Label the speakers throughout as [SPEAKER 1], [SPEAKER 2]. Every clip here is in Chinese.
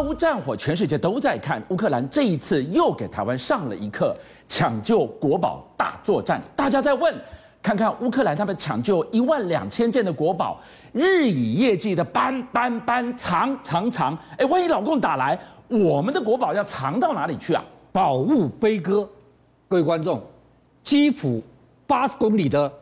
[SPEAKER 1] 乌战火，全世界都在看，乌克兰这一次又给台湾上了一课，抢救国宝大作战。大家在问，看看乌克兰他们抢救一万两千件的国宝，日以夜继的搬搬搬，藏藏藏。哎，万一老共打来，我们的国宝要藏到哪里去啊？
[SPEAKER 2] 宝物悲歌，各位观众，基辅八十公里的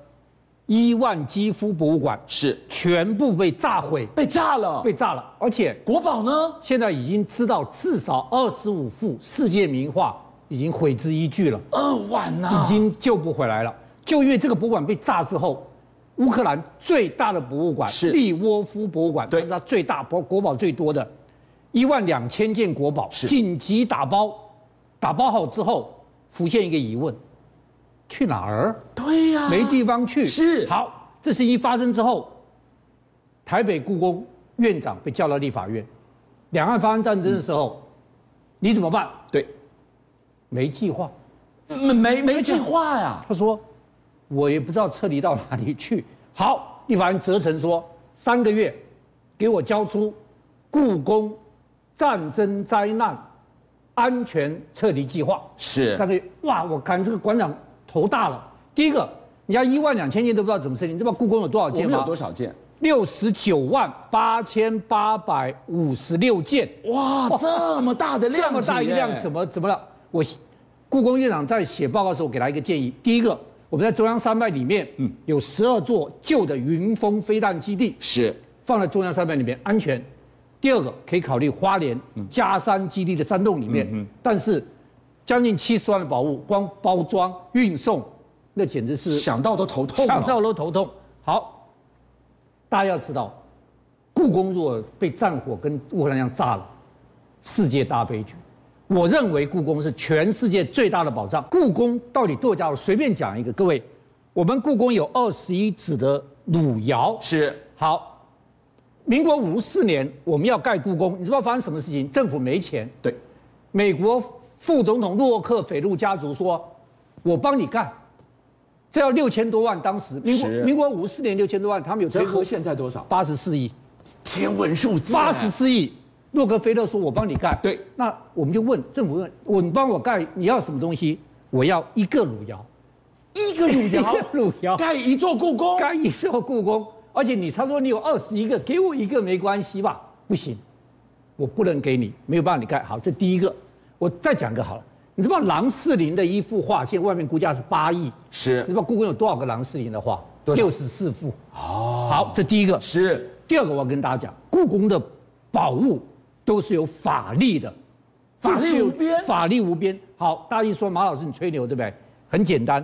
[SPEAKER 2] 伊万基夫博物馆
[SPEAKER 1] 是
[SPEAKER 2] 全部被炸毁，
[SPEAKER 1] 被炸了，
[SPEAKER 2] 被炸了，而且
[SPEAKER 1] 国宝呢？
[SPEAKER 2] 现在已经知道至少二十五幅世界名画已经毁之一炬了，
[SPEAKER 1] 二万呐、
[SPEAKER 2] 已经救不回来了。就因为这个博物馆被炸之后，乌克兰最大的博物馆
[SPEAKER 1] 是
[SPEAKER 2] 利沃夫博物馆，
[SPEAKER 1] 对
[SPEAKER 2] 它是它最大博国宝最多的，一万两千件国宝
[SPEAKER 1] 是
[SPEAKER 2] 紧急打包，打包好之后浮现一个疑问：去哪儿？
[SPEAKER 1] 对呀、
[SPEAKER 2] 没地方去。
[SPEAKER 1] 是
[SPEAKER 2] 好，这事情一发生之后，台北故宫院长被叫到立法院。两岸发生战争的时候，你怎么办？
[SPEAKER 1] 对，
[SPEAKER 2] 没计划。
[SPEAKER 1] 没没没计划呀、
[SPEAKER 2] 他说，我也不知道撤离到哪里去。好，立法院责成说，三个月，给我交出故宫战争灾难安全撤离计划。
[SPEAKER 1] 是
[SPEAKER 2] 三个月，哇！我看这个馆长头大了。第一个，你要一万两千件都不知道怎么设计，你知道故宫有多少
[SPEAKER 1] 我
[SPEAKER 2] 件
[SPEAKER 1] 们有
[SPEAKER 2] 吗
[SPEAKER 1] 多？少件？
[SPEAKER 2] 六十九万八千八百五十六件，
[SPEAKER 1] 哇，这么大的量，
[SPEAKER 2] 这么大一量，哎怎
[SPEAKER 1] 么？
[SPEAKER 2] 么怎么了？我故宫院长在写报告的时候给他一个建议：第一个，我们在中央山脉里面，嗯，有十二座旧的云峰飞弹基地，
[SPEAKER 1] 是
[SPEAKER 2] 放在中央山脉里面安全。第二个可以考虑花莲嘉山基地的山洞里面，但是将近七十万的宝物，光包装运送，那简直是
[SPEAKER 1] 呃想到都头痛
[SPEAKER 2] 想到
[SPEAKER 1] 了。
[SPEAKER 2] 都头痛。好，大家要知道，故宫如果被战火跟乌克兰一样炸了，世界大悲剧。我认为故宫是全世界最大的宝藏。故宫到底多少家？我随便讲一个，各位，我们故宫有二十一指的汝窑，
[SPEAKER 1] 是
[SPEAKER 2] 好，民国五十四年我们要盖故宫，你知道发生什么事情？政府没钱，
[SPEAKER 1] 对，
[SPEAKER 2] 美国副总统洛克菲勒家族说：“我帮你盖。”这要六千多万，当时民国
[SPEAKER 1] 是
[SPEAKER 2] 民国五四年六千多万，他们有推
[SPEAKER 1] 折合
[SPEAKER 2] 估
[SPEAKER 1] 现在多少？
[SPEAKER 2] 八十四亿，
[SPEAKER 1] 天文数字，啊
[SPEAKER 2] 八十四亿。洛克菲勒说：“我帮你盖。”
[SPEAKER 1] 对，
[SPEAKER 2] 那我们就问政府问：“我你帮我盖，你要什么东西？我要一个汝窑，，
[SPEAKER 1] 一个汝 窑
[SPEAKER 2] 汝窑
[SPEAKER 1] 盖一座故宫，
[SPEAKER 2] 盖一座故宫，而且你他说你有二十一个，给我一个没关系吧？不行，我不能给你，没有办法你盖。好，这第一个，我再讲一个好了。你知道郎世宁的一幅画，现在外面估价是八亿，
[SPEAKER 1] 是
[SPEAKER 2] 你知道故宫有多少个郎世宁的画？
[SPEAKER 1] 多少
[SPEAKER 2] 六十四幅。哦，好，这第一个。
[SPEAKER 1] 是
[SPEAKER 2] 第二个，我要跟大家讲，故宫的宝物都是有法力的，
[SPEAKER 1] 法力
[SPEAKER 2] 这是有
[SPEAKER 1] 无边
[SPEAKER 2] 法力无边。好，大家一说马老师你吹牛对不对？很简单，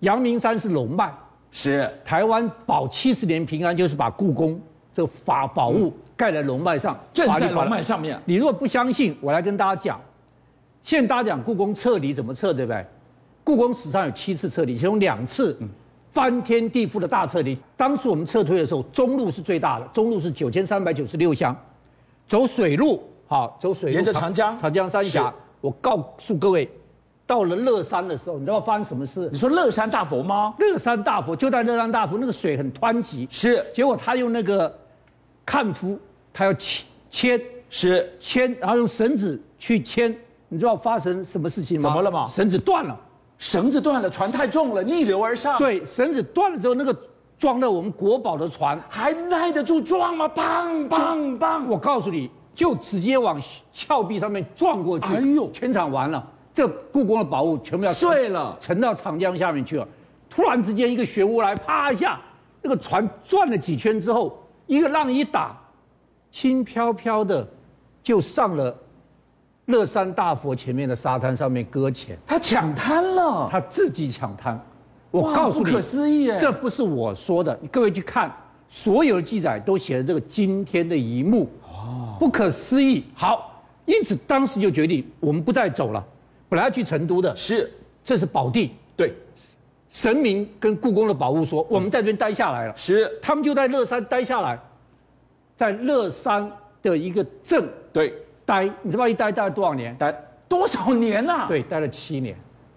[SPEAKER 2] 阳明山是龙脉，
[SPEAKER 1] 是
[SPEAKER 2] 台湾保七十年平安，就是把故宫这个法宝物盖在龙脉上，
[SPEAKER 1] 正
[SPEAKER 2] 法律
[SPEAKER 1] 在
[SPEAKER 2] 法
[SPEAKER 1] 龙脉上面。
[SPEAKER 2] 你如果不相信，我来跟大家讲，现在大家讲故宫撤离怎么撤，对不对？故宫史上有七次撤离，其中两次翻天地覆的大撤离。当时我们撤退的时候，中路是最大的，中路是九千三百九十六箱，走水路，好，走水路，
[SPEAKER 1] 沿着长江
[SPEAKER 2] 长江三峡
[SPEAKER 1] 是。
[SPEAKER 2] 我告诉各位，到了乐山的时候，你知道发生什么事
[SPEAKER 1] 你？说乐山大佛吗？
[SPEAKER 2] 乐山大佛就在乐山大佛，那个水很湍急，
[SPEAKER 1] 是
[SPEAKER 2] 结果他用那个看夫，他要牵牵
[SPEAKER 1] 是
[SPEAKER 2] 牵，然后用绳子去牵，你知道发生什么事情吗？
[SPEAKER 1] 怎么了嘛
[SPEAKER 2] 绳子断了，
[SPEAKER 1] 绳子断了，船太重了，逆流而上，，
[SPEAKER 2] 对，绳子断了之后，那个装了我们国宝的船，
[SPEAKER 1] 还耐得住撞吗？砰砰砰！
[SPEAKER 2] 我告诉你，就直接往峭壁上面撞过去，
[SPEAKER 1] 哎呦
[SPEAKER 2] 全场完了，这故宫的宝物全部要沉
[SPEAKER 1] 碎了
[SPEAKER 2] 沉到长江下面去了。突然之间，一个漩涡来，啪一下，那个船转了几圈之后，一个浪一打，轻飘飘的就上了乐山大佛前面的沙滩上面搁浅，
[SPEAKER 1] 他抢滩了，
[SPEAKER 2] 他自己抢滩。我
[SPEAKER 1] 哇
[SPEAKER 2] 告诉你，
[SPEAKER 1] 不可思议耶！
[SPEAKER 2] 这不是我说的，各位去看，所有的记载都写了这个今天的一幕，哦，不可思议。好，因此当时就决定我们不再走了，本来要去成都的，
[SPEAKER 1] 是
[SPEAKER 2] 这是宝地，
[SPEAKER 1] 对
[SPEAKER 2] 神明跟故宫的宝物
[SPEAKER 1] 嗯
[SPEAKER 2] 说，我们在这边待下来了，
[SPEAKER 1] 是，
[SPEAKER 2] 他们就在乐山待下来，在乐山的一个镇
[SPEAKER 1] 对，
[SPEAKER 2] 待，你知道一待待了多少年？
[SPEAKER 1] 待多少年呐、
[SPEAKER 2] 对，待了七年。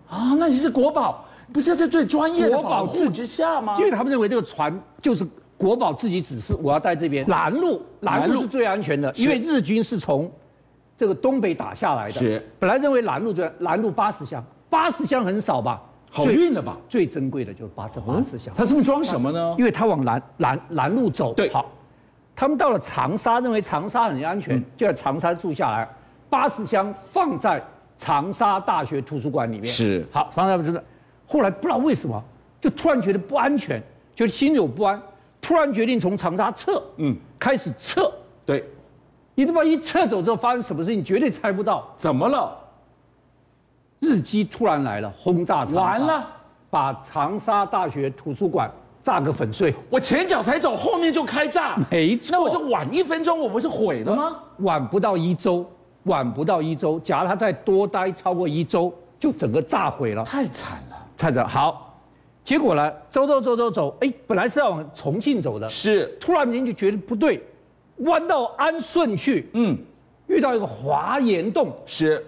[SPEAKER 1] 啊，那你是国宝，不是在最专业的
[SPEAKER 2] 国宝
[SPEAKER 1] 保护之下吗
[SPEAKER 2] 因？为他们认为这个船就是国宝自己指示，我要在这边拦路，
[SPEAKER 1] 拦路
[SPEAKER 2] 拦路是最安全的，
[SPEAKER 1] 是
[SPEAKER 2] 因为日军是从这个东北打下来的
[SPEAKER 1] 是，
[SPEAKER 2] 本来认为拦路这拦路八十箱，八十箱很少吧？
[SPEAKER 1] 好
[SPEAKER 2] 最
[SPEAKER 1] 运了嗯吧？
[SPEAKER 2] 最珍贵的就是八这八十箱，
[SPEAKER 1] 他是不是装什么呢？
[SPEAKER 2] 因为他往南南南路走。
[SPEAKER 1] 对
[SPEAKER 2] 好，他们到了长沙，认为长沙很安
[SPEAKER 1] 嗯
[SPEAKER 2] 全，就在长沙住下来，八十箱放在长沙大学图书馆里面。
[SPEAKER 1] 是
[SPEAKER 2] 好，放在真的，后来不知道为什么，就突然觉得不安全，就心有不安，突然决定从长沙撤，嗯，开始撤。
[SPEAKER 1] 对，
[SPEAKER 2] 你他妈一撤走之后发生什么事情，绝对猜不到。
[SPEAKER 1] 怎么了？
[SPEAKER 2] 日机突然来了，轰炸长沙，
[SPEAKER 1] 完了，
[SPEAKER 2] 把长沙大学图书馆炸个粉碎。
[SPEAKER 1] 我前脚才走，后面就开炸，
[SPEAKER 2] 没错
[SPEAKER 1] 那我就晚一分钟，我不是毁了吗？
[SPEAKER 2] 晚不到一周，晚不到一周，假如他再多待超过一周，就整个炸毁了。
[SPEAKER 1] 太惨了，
[SPEAKER 2] 太着好，结果呢，走走走走走，哎，本来是要往重庆走的，
[SPEAKER 1] 是，
[SPEAKER 2] 突然间就觉得不对，弯到安顺去，
[SPEAKER 1] 嗯，
[SPEAKER 2] 遇到一个华岩洞，
[SPEAKER 1] 是，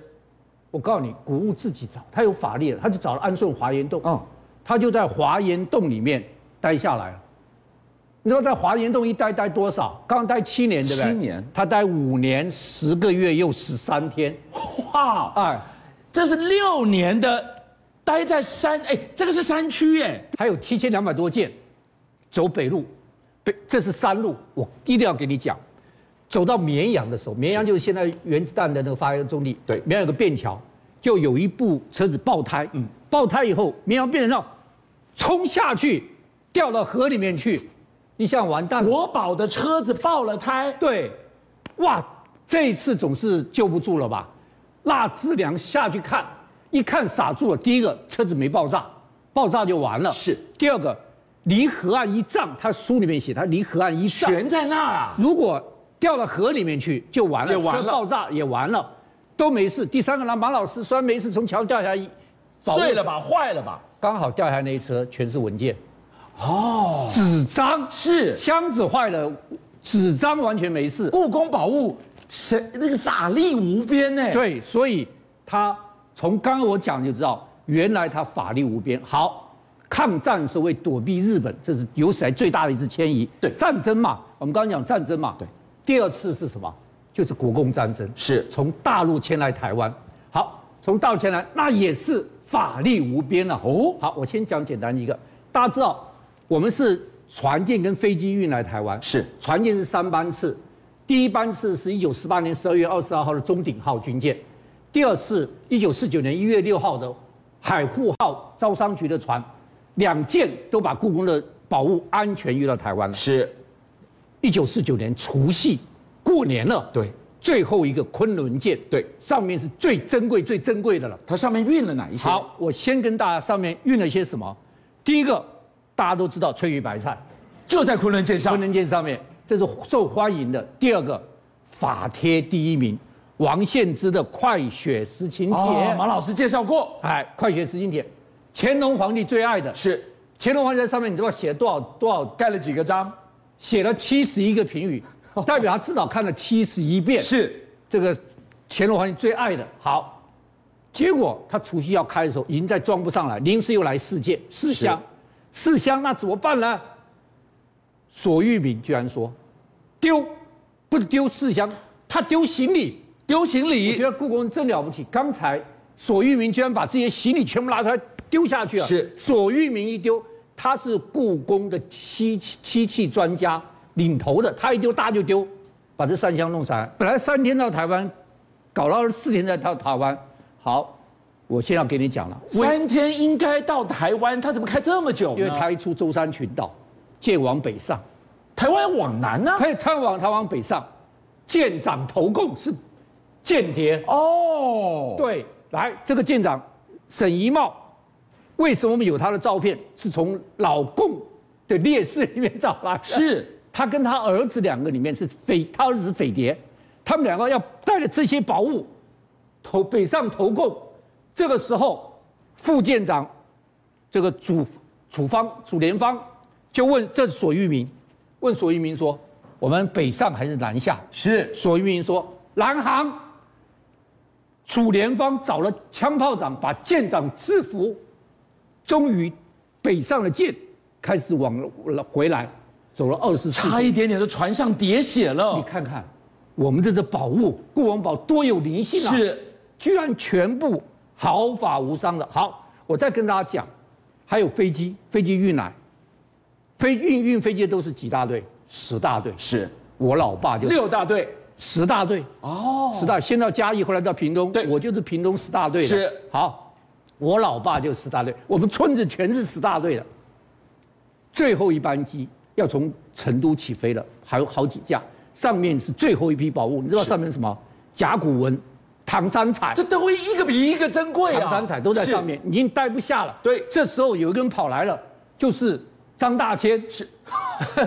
[SPEAKER 2] 我告诉你，古物自己找，他有法力的，他就找了安顺华岩洞，
[SPEAKER 1] 嗯，
[SPEAKER 2] 他就在华岩洞里面待下来了。你知道在华岩洞一待待多少？刚待七年，对不对？
[SPEAKER 1] 七年
[SPEAKER 2] 他待五年十个月又十三天，
[SPEAKER 1] 哇，
[SPEAKER 2] 哎，
[SPEAKER 1] 这是六年的待在山，哎，这个是山区哎，
[SPEAKER 2] 还有七千两百多件，走北路，北这是山路，我一定要给你讲。走到绵阳的时候，绵阳就是现在原子弹的那个发射中地，
[SPEAKER 1] 对
[SPEAKER 2] 绵阳有个便桥，就有一部车子爆胎，嗯，爆胎以后，绵阳变成让冲下去，掉到河里面去，你想完蛋了，
[SPEAKER 1] 国宝的车子爆了胎，
[SPEAKER 2] 对，哇，这一次总是救不住了吧？辣志良下去看，一看傻住了。第一个车子没爆炸，爆炸就完了。
[SPEAKER 1] 是。
[SPEAKER 2] 第二个，离河岸一丈，他书里面写他离河岸一丈，
[SPEAKER 1] 悬在那儿啊，
[SPEAKER 2] 如果掉到河里面去就完了，
[SPEAKER 1] 也完了
[SPEAKER 2] 车爆炸也完了，都没事。第三个呢，马老师虽然没事，从桥掉下来一，保护
[SPEAKER 1] 碎了吧，坏了吧？
[SPEAKER 2] 刚好掉下来那一车全是文件，哦，纸张
[SPEAKER 1] 是
[SPEAKER 2] 箱子坏了，纸张完全没事。
[SPEAKER 1] 故宫宝物，神那个法力无边呢。，
[SPEAKER 2] 对，所以他从刚刚我讲就知道，原来他法力无边。好，抗战是为躲避日本，这是有史以来最大的一次迁移。
[SPEAKER 1] 对
[SPEAKER 2] 战争嘛，我们刚刚讲战争嘛。
[SPEAKER 1] 对，
[SPEAKER 2] 第二次是什么？就是国共战争，
[SPEAKER 1] 是
[SPEAKER 2] 从大陆迁来台湾。好，从大陆迁来，那也是法力无边了、
[SPEAKER 1] 哦
[SPEAKER 2] 好，我先讲简单一个，大家知道，我们是船舰跟飞机运来台湾，
[SPEAKER 1] 是
[SPEAKER 2] 船舰是三班次，第一班次是一九四八年十二月二十二号的中鼎号军舰，第二次一九四九年一月六号的海护号招商局的船，两舰都把故宫的宝物安全运到台湾了。
[SPEAKER 1] 是，
[SPEAKER 2] 一九四九年除夕过年了，
[SPEAKER 1] 对，
[SPEAKER 2] 最后一个昆仑舰，
[SPEAKER 1] 对
[SPEAKER 2] 上面是最珍贵、最珍贵的了。
[SPEAKER 1] 它上面运了哪一些？，
[SPEAKER 2] 好，我先跟大家上面运了些什么。第一个，大家都知道翠玉白菜，
[SPEAKER 1] 就在昆仑舰上
[SPEAKER 2] 昆。仑舰上面，这是受欢迎的。第二个，法帖第一名，王献之的《快雪时晴帖》
[SPEAKER 1] 哦，马老师介绍过，
[SPEAKER 2] 哎，《快雪时晴帖》，乾隆皇帝最爱的。
[SPEAKER 1] 是
[SPEAKER 2] 乾隆皇帝在上面，你知道写了多少多少？
[SPEAKER 1] 盖了几个章？
[SPEAKER 2] 写了七十一个评语，代表他至少看了七十一遍。
[SPEAKER 1] 是
[SPEAKER 2] 这个乾隆皇帝最爱的。好，结果他除夕要开的时候，已经在装不上来，临时又来四件四箱，四箱那怎么办呢？索玉敏居然说，丢，不是丢四箱，他丢行李。
[SPEAKER 1] 丢行
[SPEAKER 2] 我觉
[SPEAKER 1] 李，
[SPEAKER 2] 得故宫真了不起，刚才索玉明居然把自己的行李全部拿出来丢下去了。啊
[SPEAKER 1] 是
[SPEAKER 2] 索玉明一丢，他是故宫的漆漆器专家领头的，他一丢大就丢，把这三箱弄上来。本来三天到台湾，搞到了四天才到台湾。好，我现在要给你讲了，为
[SPEAKER 1] 三天啊应该到台湾，他怎么开这么久呢？
[SPEAKER 2] 因为他一出舟山群岛，舰往北上，
[SPEAKER 1] 台湾往南呢、啊。
[SPEAKER 2] 他他往他往北上，舰长投共是间谍。
[SPEAKER 1] 哦，
[SPEAKER 2] 对，来这个舰长沈怡茂，为什么我们有他的照片？是从老共的烈士里面找来的。
[SPEAKER 1] 是
[SPEAKER 2] 他跟他儿子两个里面是匪，他儿子是匪谍，他们两个要带着这些宝物投北上投共。这个时候，副舰长这个主楚方楚联方就问这是索玉明，问索玉明说：“我们北上还是南下？”
[SPEAKER 1] 是
[SPEAKER 2] 所玉明说：“南航，楚联方找了枪炮长，把舰长制服，终于北上了舰，开始往回来，走了二十四。
[SPEAKER 1] 差一点点就船上喋血
[SPEAKER 2] 你
[SPEAKER 1] 了。
[SPEAKER 2] 看看，我们的这宝物顾王宝多有灵性啊！
[SPEAKER 1] 是，
[SPEAKER 2] 居然全部毫发无伤的。好，我再跟大家讲，还有飞机，飞机运来，飞运运飞机都是几大队？十大队。
[SPEAKER 1] 是
[SPEAKER 2] 我老爸就是
[SPEAKER 1] 六大队
[SPEAKER 2] 十大队，
[SPEAKER 1] 哦，
[SPEAKER 2] 十大先到嘉义，后来到屏东，
[SPEAKER 1] 对
[SPEAKER 2] 我就是屏东十大队的。
[SPEAKER 1] 是
[SPEAKER 2] 好，我老爸就是十大队，我们村子全是十大队的。最后一班机要从成都起飞了，还有好几架，上面是最后一批宝物，你知道
[SPEAKER 1] 是
[SPEAKER 2] 上面是什么？甲骨文、唐三彩
[SPEAKER 1] 这、都会一个比一个珍贵啊！
[SPEAKER 2] 唐三彩都在
[SPEAKER 1] 是
[SPEAKER 2] 上，面，已经待不下了。
[SPEAKER 1] 对
[SPEAKER 2] 这时候有一个人跑来了，就是张大千，
[SPEAKER 1] 是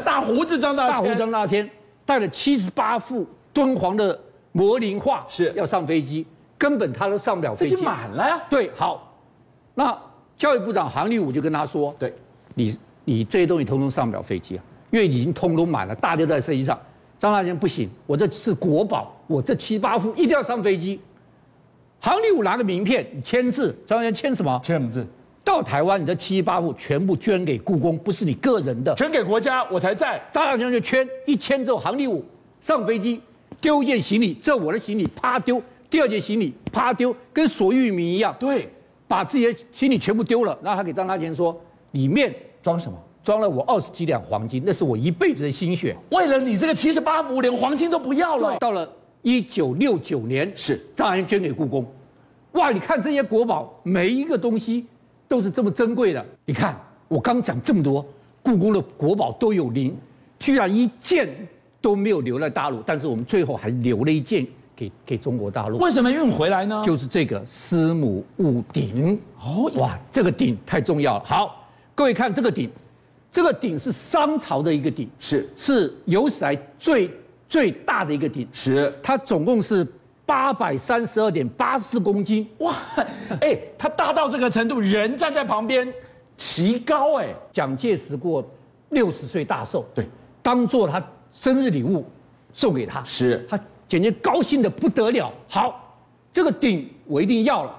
[SPEAKER 1] 大胡子张大
[SPEAKER 2] 大
[SPEAKER 1] 千，
[SPEAKER 2] 胡张大千带了七十八幅敦煌的模林画，
[SPEAKER 1] 是
[SPEAKER 2] 要上飞机，根本他都上不了
[SPEAKER 1] 飞
[SPEAKER 2] 飞
[SPEAKER 1] 机
[SPEAKER 2] 机。
[SPEAKER 1] 满了啊呀，
[SPEAKER 2] 对，好，那教育部长韩立武就跟他说，
[SPEAKER 1] 对，
[SPEAKER 2] 你你这些东西通通上不了飞机啊，因为已经通通满了，大家都在飞机上。张大千不行，我这是国宝，我这七八幅一定要上飞机。韩立武拿个名片，你签字，张大千签什么？
[SPEAKER 1] 签什么字？
[SPEAKER 2] 到台湾，你这七八幅全部捐给故宫，不是你个人的。
[SPEAKER 1] 全给国家，我才在。
[SPEAKER 2] 大大将就圈一签之后，杭立武上飞机丢一件行李，这我的行李啪丢，第二件行李啪丢，跟索玉民一样，
[SPEAKER 1] 对，
[SPEAKER 2] 把自己的行李全部丢了。然后他给张大千说，里面
[SPEAKER 1] 装什么？
[SPEAKER 2] 装了我二十几两黄金，那是我一辈子的心血。
[SPEAKER 1] 为了你这个七十八幅，连黄金都不要了。
[SPEAKER 2] 到了一九六九年，
[SPEAKER 1] 是
[SPEAKER 2] 张大千捐给故宫。哇，你看这些国宝，每一个东西都是这么珍贵的。你看，我刚讲这么多，故宫的国宝都有灵，居然一件都没有留在大陆，但是我们最后还留了一件给给中国大陆，
[SPEAKER 1] 为什么运回来呢？
[SPEAKER 2] 就是这个司母戊鼎。
[SPEAKER 1] 哦
[SPEAKER 2] 哇，这个鼎太重要了。好，各位看这个鼎，这个鼎是商朝的一个鼎，
[SPEAKER 1] 是
[SPEAKER 2] 是有史来最最大的一个鼎，
[SPEAKER 1] 是，
[SPEAKER 2] 它总共是八百三十二点八四公斤，
[SPEAKER 1] 哇，哎，他大到这个程度，人站在旁边，奇高哎，
[SPEAKER 2] 蒋介石过六十岁大寿，
[SPEAKER 1] 对，
[SPEAKER 2] 当做他生日礼物送给他，
[SPEAKER 1] 是
[SPEAKER 2] 他简直高兴的不得了。好，这个鼎我一定要了。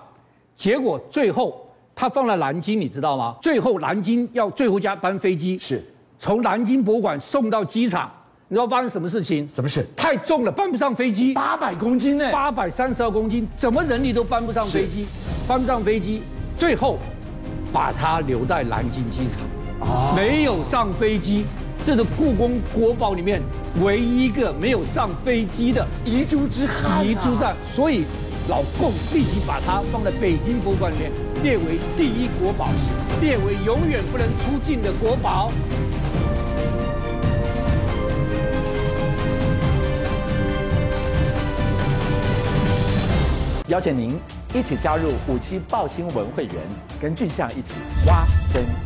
[SPEAKER 2] 结果最后他放在南京，你知道吗？最后南京要最后一架班飞机
[SPEAKER 1] 是，
[SPEAKER 2] 从南京博物馆送到机场，你知道发生什么事情？
[SPEAKER 1] 什么事？
[SPEAKER 2] 太重了，搬不上飞机。
[SPEAKER 1] 八百公斤哎呢？
[SPEAKER 2] 八百三十二公斤，怎么人力都搬不上飞机，搬不上飞机，最后把它留在南京机场，
[SPEAKER 1] 哦
[SPEAKER 2] 没有上飞机。这是故宫国宝里面唯一一个没有上飞机的
[SPEAKER 1] 遗珠之憾、啊
[SPEAKER 2] 遗珠站，所以老共立即把它放在北京博物馆里面列为第一国宝，列为永远不能出境的国宝。
[SPEAKER 3] 邀请您一起加入五七报新闻会员，跟俊相一起挖真相。